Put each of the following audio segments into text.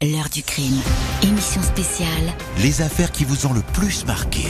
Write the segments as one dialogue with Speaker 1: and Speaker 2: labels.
Speaker 1: l'heure du crime. Émission spéciale,
Speaker 2: Les affaires qui vous ont le plus marqué.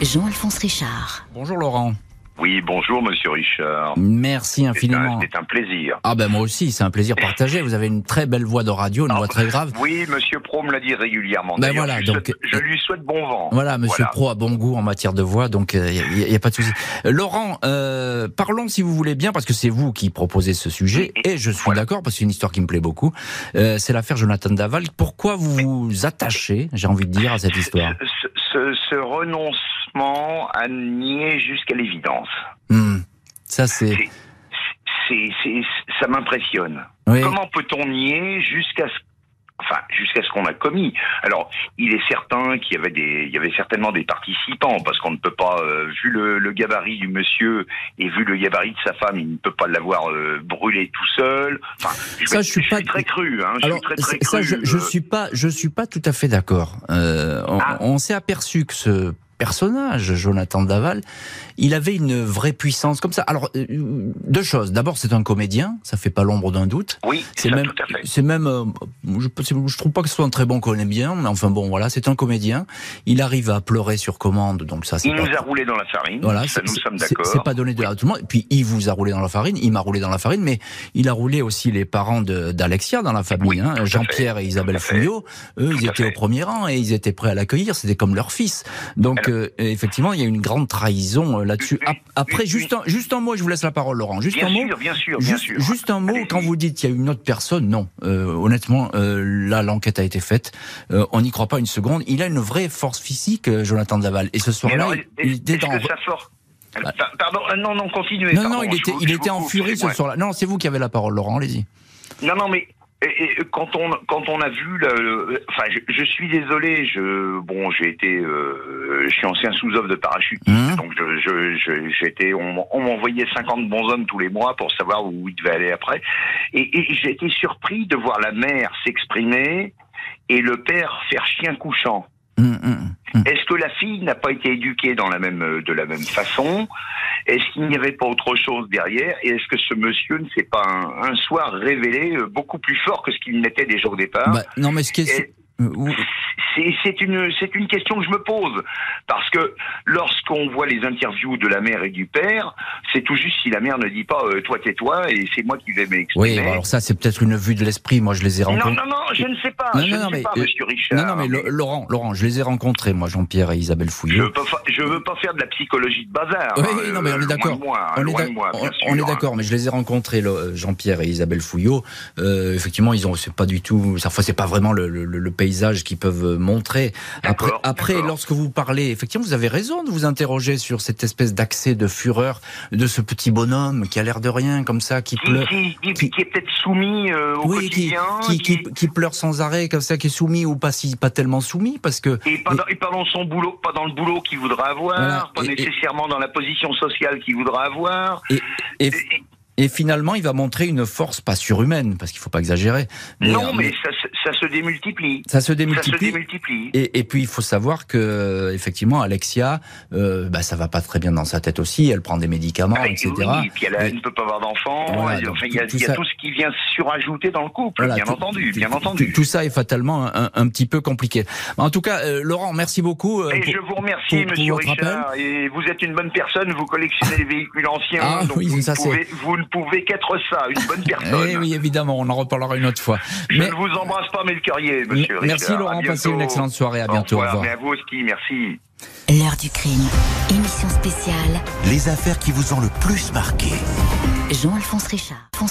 Speaker 1: Jean-Alphonse Richard.
Speaker 3: Bonjour Laurent.
Speaker 4: Oui, bonjour, monsieur Richard.
Speaker 3: Merci
Speaker 4: C'est un,
Speaker 3: infiniment.
Speaker 4: c'est un plaisir.
Speaker 3: Ah ben moi aussi, c'est un plaisir partagé. Vous avez une très belle voix de radio,
Speaker 4: Ah,
Speaker 3: une voix très grave.
Speaker 4: Oui, monsieur Pro me l'a dit régulièrement.
Speaker 3: Ben
Speaker 4: D'ailleurs,
Speaker 3: voilà,
Speaker 4: je, lui
Speaker 3: donc-
Speaker 4: souhaite, je lui souhaite bon vent.
Speaker 3: Voilà, Monsieur
Speaker 4: Voilà.
Speaker 3: Pro a bon goût en matière de voix, donc il n'y a, pas de souci. Euh, Laurent, euh, parlons si vous voulez bien, parce que c'est vous qui proposez ce sujet, et je suis
Speaker 4: Voilà.
Speaker 3: d'accord, parce que c'est une histoire qui me plaît beaucoup. Euh, c'est l'affaire Jonathan Daval. Pourquoi vous vous attachez, j'ai envie de dire, à cette histoire
Speaker 4: Ce, ce- ce renoncement à nier jusqu'à l'évidence,
Speaker 3: Hmm, Ça c'est...
Speaker 4: c'est, c'est- ça m'impressionne.
Speaker 3: Oui,
Speaker 4: Comment peut-on nier jusqu'à ce Enfin, jusqu'à ce qu'on a commis. Alors, il est certain qu'il y avait des, il y avait certainement des participants, parce qu'on ne peut pas, euh, vu le, le gabarit du monsieur et vu le gabarit de sa femme, il ne peut pas l'avoir euh, brûlé tout seul. Enfin, je,
Speaker 3: Ça,
Speaker 4: vais-
Speaker 3: je suis pas-
Speaker 4: très cru. Hein, je
Speaker 3: Alors,
Speaker 4: suis très très
Speaker 3: c'est- ça,
Speaker 4: cru.
Speaker 3: je, je
Speaker 4: euh,
Speaker 3: suis pas, je suis pas tout à fait d'accord. Euh, on
Speaker 4: Ah.
Speaker 3: on s'est aperçu que ce personnage, Jonathan Daval, il avait une vraie puissance comme ça. Alors, euh, deux choses. D'abord, c'est un comédien, ça fait pas l'ombre d'un doute.
Speaker 4: Oui,
Speaker 3: C'est
Speaker 4: ça,
Speaker 3: même,
Speaker 4: tout à fait.
Speaker 3: c'est même, euh, je, je trouve pas que ce soit un très bon comédien, mais enfin bon, voilà, c'est un comédien. Il arrive à pleurer sur commande, donc ça, c'est
Speaker 4: Il
Speaker 3: pas-
Speaker 4: nous a roulé dans la farine.
Speaker 3: voilà,
Speaker 4: ça,
Speaker 3: c'est-
Speaker 4: nous sommes
Speaker 3: c'est- C'est
Speaker 4: d'accord.
Speaker 3: pas donné de la- à tout le monde. Et puis il vous a roulé dans la farine, il m'a roulé dans la farine, mais il a roulé aussi les parents de- d'Alexia dans la famille.
Speaker 4: Oui,
Speaker 3: hein.
Speaker 4: tout à
Speaker 3: Jean-Pierre et Isabelle
Speaker 4: à fait.
Speaker 3: Fouillot, eux,
Speaker 4: Tout
Speaker 3: ils
Speaker 4: à
Speaker 3: étaient au
Speaker 4: fait.
Speaker 3: premier rang et ils étaient prêts à l'accueillir. C'était comme leur fils. Donc euh, effectivement, il y a une grande trahison euh, là-dessus.
Speaker 4: Une- une-
Speaker 3: Ap- Après,
Speaker 4: une-
Speaker 3: juste un, juste un mot, je vous laisse la parole, Laurent. Juste
Speaker 4: Bien
Speaker 3: un mot.
Speaker 4: sûr, bien sûr, bien
Speaker 3: Juste,
Speaker 4: sûr.
Speaker 3: juste un mot,
Speaker 4: Allez-y.
Speaker 3: quand vous dites qu'il y a une autre personne, non. Euh, honnêtement, euh, là, l'enquête a été faite. Euh, on n'y croit pas une seconde. Il a une vraie force physique, euh, Jonathan Daval. Et ce
Speaker 4: Mais
Speaker 3: soir-là,
Speaker 4: alors,
Speaker 3: il,
Speaker 4: est-ce-
Speaker 3: il était
Speaker 4: est-ce
Speaker 3: dans-
Speaker 4: que ça sort Pa- Pardon, euh, non, non, continuez.
Speaker 3: non,
Speaker 4: pardon,
Speaker 3: non, il
Speaker 4: je
Speaker 3: était,
Speaker 4: vous-
Speaker 3: il
Speaker 4: je
Speaker 3: était
Speaker 4: vous
Speaker 3: en
Speaker 4: coupe,
Speaker 3: furie ce
Speaker 4: excusez-moi.
Speaker 3: soir-là. Non, c'est vous qui avez la parole, Laurent, allez-y.
Speaker 4: Non, non, mais et- et quand on quand on a vu, le- le- enfin, je, je suis désolé, je bon, j'ai été, euh, je suis ancien sous-off de parachute,
Speaker 3: Hein
Speaker 4: donc je je- je- j'étais, on, on m'envoyait 50 bonshommes tous les mois pour savoir où il devait aller après, et, et j'ai été surpris de voir la mère s'exprimer et le père faire chien couchant.
Speaker 3: Hum, hum, hum.
Speaker 4: Est-ce que la fille n'a pas été éduquée dans la même, euh, de la même façon Est-ce qu'il n'y avait pas autre chose derrière Et est-ce que ce monsieur ne s'est pas un, un soir révélé euh, beaucoup plus fort que ce qu'il n'était déjà au départ
Speaker 3: Bah, non, mais ce qui est.
Speaker 4: Et-
Speaker 3: euh, oui,
Speaker 4: C'est- C'est une, c'est une question que je me pose. Parce que lorsqu'on voit les interviews de la mère et du père, c'est tout juste si la mère ne dit pas euh, toi tais-toi et c'est moi qui vais m'exprimer.
Speaker 3: Oui, bah, alors ça, c'est peut-être une vue de l'esprit. Moi, je les ai
Speaker 4: non,
Speaker 3: rencontrés.
Speaker 4: non, non, je ne sais pas.
Speaker 3: Non,
Speaker 4: je
Speaker 3: non,
Speaker 4: ne
Speaker 3: non,
Speaker 4: sais
Speaker 3: mais,
Speaker 4: pas,
Speaker 3: euh,
Speaker 4: monsieur Richard.
Speaker 3: Non, non, mais Lo- Laurent, Laurent, je les ai rencontrés, moi, Jean-Pierre et Isabelle
Speaker 4: Je
Speaker 3: Fouillot.
Speaker 4: veux, pas fa- je veux pas faire de la psychologie de bazar.
Speaker 3: Oui,
Speaker 4: hein,
Speaker 3: oui, non, mais on est
Speaker 4: loin de
Speaker 3: d'accord.
Speaker 4: moi, hein,
Speaker 3: On est,
Speaker 4: loin
Speaker 3: d'ac-
Speaker 4: de moi, bien
Speaker 3: on-
Speaker 4: sûr,
Speaker 3: on est
Speaker 4: hein.
Speaker 3: d'accord, mais je les ai rencontrés, le- euh, Jean-Pierre et Isabelle Fouillot. Euh, effectivement, ils ont, c'est pas du tout, ça, enfin, c'est pas vraiment le, le- le paysage qu'ils peuvent euh, montrer. Après,
Speaker 4: D'accord,
Speaker 3: après,
Speaker 4: d'accord.
Speaker 3: lorsque vous parlez, effectivement, vous avez raison de vous interroger sur cette espèce d'accès de fureur de ce petit bonhomme qui a l'air de rien, comme ça, qui
Speaker 4: Qui,
Speaker 3: pleure.
Speaker 4: qui, qui-
Speaker 3: qui-
Speaker 4: qui est peut-être soumis euh, au
Speaker 3: Oui, qui,
Speaker 4: quotidien.
Speaker 3: qui, qui, qui pleure sans arrêt, comme ça, qui est soumis ou pas si, pas tellement soumis, parce que
Speaker 4: Et pas, dans, et pas dans son boulot, pas dans le boulot qu'il voudra avoir,
Speaker 3: Voilà,
Speaker 4: pas
Speaker 3: et- et-
Speaker 4: nécessairement dans la position sociale qu'il voudra avoir.
Speaker 3: et,
Speaker 4: Et- et-
Speaker 3: et finalement, il va montrer une force pas surhumaine, parce qu'il faut pas exagérer.
Speaker 4: non, mais, ça, se- ça se démultiplie.
Speaker 3: ça se
Speaker 4: Ça se
Speaker 3: démultiplie.
Speaker 4: démultiplie.
Speaker 3: Et, et puis il faut savoir que effectivement Alexia, euh, bah, ça va pas très bien dans sa tête aussi. Elle prend des médicaments,
Speaker 4: Ah, et
Speaker 3: etc.
Speaker 4: oui, et puis elle, a-
Speaker 3: Et-
Speaker 4: elle ne peut pas avoir d'enfant.
Speaker 3: Voilà,
Speaker 4: et
Speaker 3: donc
Speaker 4: enfin, il y a,
Speaker 3: tout- tout
Speaker 4: il y a
Speaker 3: ça-
Speaker 4: tout ce qui vient surajouter dans le couple,
Speaker 3: Voilà,
Speaker 4: bien
Speaker 3: tout-
Speaker 4: entendu,
Speaker 3: tout-
Speaker 4: bien
Speaker 3: tout-
Speaker 4: entendu.
Speaker 3: Tout ça est fatalement un, un- un petit peu compliqué. En tout cas, euh, Laurent, merci beaucoup. euh,
Speaker 4: Et
Speaker 3: pour-
Speaker 4: je vous remercie,
Speaker 3: pour- pour
Speaker 4: monsieur
Speaker 3: votre
Speaker 4: Richard. Et vous êtes une bonne personne, vous collectionnez les véhicules anciens.
Speaker 3: Ah
Speaker 4: donc
Speaker 3: oui,
Speaker 4: vous,
Speaker 3: ça,
Speaker 4: ne
Speaker 3: c'est-
Speaker 4: pouvez, vous ne pouvez qu'être ça, une bonne personne.
Speaker 3: Eh oui, évidemment, on en reparlera une autre fois.
Speaker 4: je
Speaker 3: Mais-
Speaker 4: ne vous embrasse pas, mais le courrier, monsieur Richard.
Speaker 3: merci
Speaker 4: À
Speaker 3: Laurent,
Speaker 4: bientôt.
Speaker 3: passez une excellente soirée. À bientôt. Au revoir.
Speaker 4: Mais à vous aussi, merci.
Speaker 1: L'heure du crime. Émission spéciale,
Speaker 2: Les affaires qui vous ont le plus marqué.
Speaker 1: Jean-Alphonse Richard.